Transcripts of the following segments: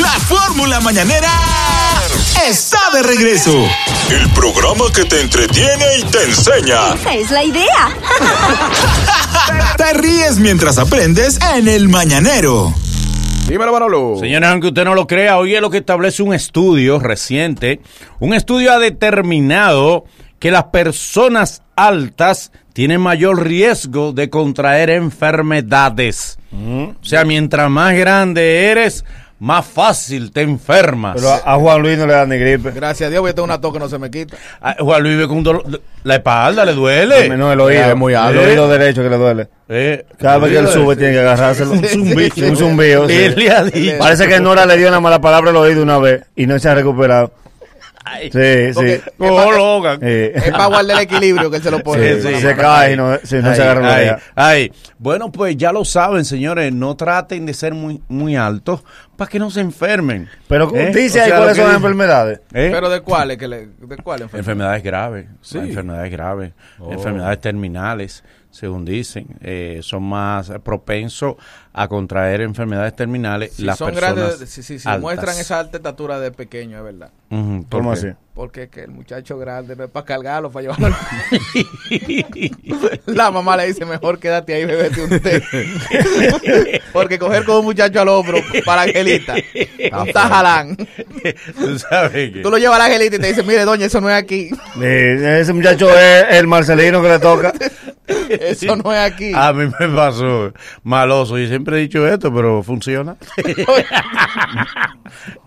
La fórmula mañanera está de regreso. El programa que te entretiene y te enseña. Esa es la idea. Te ríes mientras aprendes en el mañanero. Dímelo, Manolo. Señores, aunque usted no lo crea, hoy es lo que establece un estudio reciente. Un estudio ha determinado que las personas altas tienen mayor riesgo de contraer enfermedades. Mm. O sea, mientras más grande eres, más fácil te enfermas. Pero a, a Juan Luis no le da ni gripe. Gracias a Dios, voy a tener una tos que no se me quita. Ah, Juan Luis vive con un dolor. La espalda le duele. No, el oído. Es muy el alto. oído derecho que le duele. Eh, Cada vez que él duele. sube tiene que agarrárselo. Un zumbido. Un zumbido. sí. Él le ha dicho. Parece que Nora le dio una mala palabra al oído una vez y no se ha recuperado. Sí, sí. Ok. Oh, Logan. Es Eh, para guardar el equilibrio que él se lo pone. sí, sí. Se cae y no, sí, no Ay, se agarra una ay, oreja. ay. Bueno, pues ya lo saben, señores. No traten de ser muy, muy altos para que no se enfermen. Pero ¿Eh? dice O ahí sea, lo que cuáles son las dice- enfermedades. ¿Eh? Pero de cuáles, que le, de cuáles enfermedades. Enfermedades graves, Las enfermedades graves, Oh. enfermedades terminales, según dicen, eh, son más propensos a contraer enfermedades terminales Si las son personas grandes, si, si- si altas. muestran esa alta estatura de pequeño, es verdad. Ujú, ¿por ¿Cómo qué? así? Porque es que el muchacho grande no es para cargarlo, para llevarlo. al- La mamá le dice, mejor quédate ahí, bebete un té. Porque coger con un muchacho al hombro para Angelita, no está jalán. Tú sabes que- Tú lo llevas a la Angelita y te dice, mire, doña, eso no es aquí. Eh, Ese muchacho es el Marcelino que le toca. Eso no es aquí. A mí me pasó maloso. Yo siempre he dicho esto, pero funciona.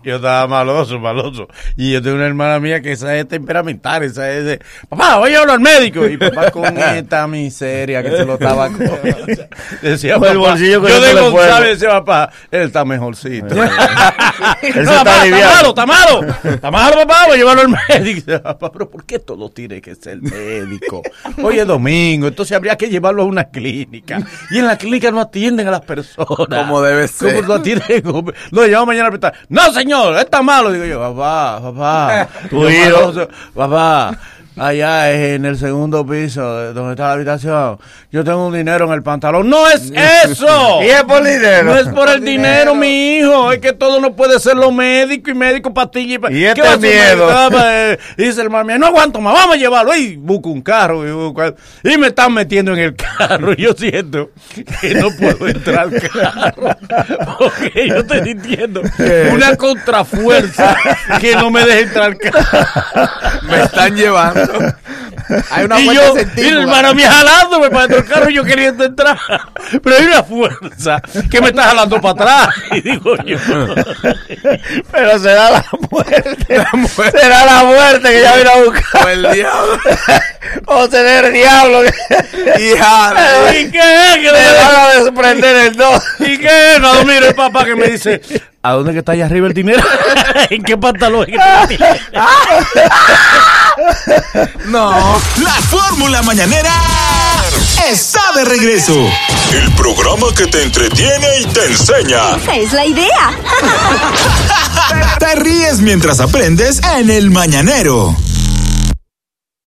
yo estaba maloso, maloso. Y yo tengo una hermana mía que esa es temperamental, esa es de, papá, voy a hablar al médico. Y papá con esta miseria que se lo estaba comiendo. Decía, Con el papá, bolsillo que yo no de se le fue. González decía, papá, él está mejorcito. Él se No, papá, está aliviando. Está malo, está malo. Está malo, papá, voy a llevarlo al médico. Y dice, papá, pero ¿por qué todo tiene que ser médico? Hoy es domingo, entonces habría que llevarlo a una clínica. Y en la clínica no atienden a las personas. Como debe ser. Como no atienden. hombre. No, llevamos mañana al hospital. No, señor, está malo. Digo yo, papá, papá. Tu Yo, hijo. maloso, Papá. Allá es en el segundo piso, de donde está la habitación. Yo tengo un dinero en el pantalón. ¡No es eso! Y es por dinero. Oh. No es por el dinero. dinero, mi hijo. Es que todo no puede ser lo médico y médico pastilla. pa- Y ¿Qué este va a hacer miedo. médico? Ah, pa- eh, Dice el mami, no aguanto más, vamos a llevarlo. Y busco un carro. Y, busco algo. Y me están metiendo en el carro. Y yo siento que no puedo entrar al carro. Porque yo estoy sintiendo una contrafuerza que no me deja entrar al carro. Me están llevando. Hay una y fuerza yo, y el centrífuga. hermano mío jalándome para dentro del carro y yo queriendo entrar. Pero hay una fuerza que me está jalando para atrás. Y digo yo. Pero será la muerte. Será la muerte que ya vino a buscar. O el diablo. O será el diablo que Y jala. ¿Y qué es? que no te me deja? van a desprender el dos. ¿Y qué es? No, mira el papá que me dice, ¿a dónde que está allá arriba el dinero? ¿En qué pantalón? es que tú lo tienes?" No. La fórmula mañanera está de regreso. El programa que te entretiene y te enseña. Esa es la idea. Te ríes mientras aprendes en el mañanero.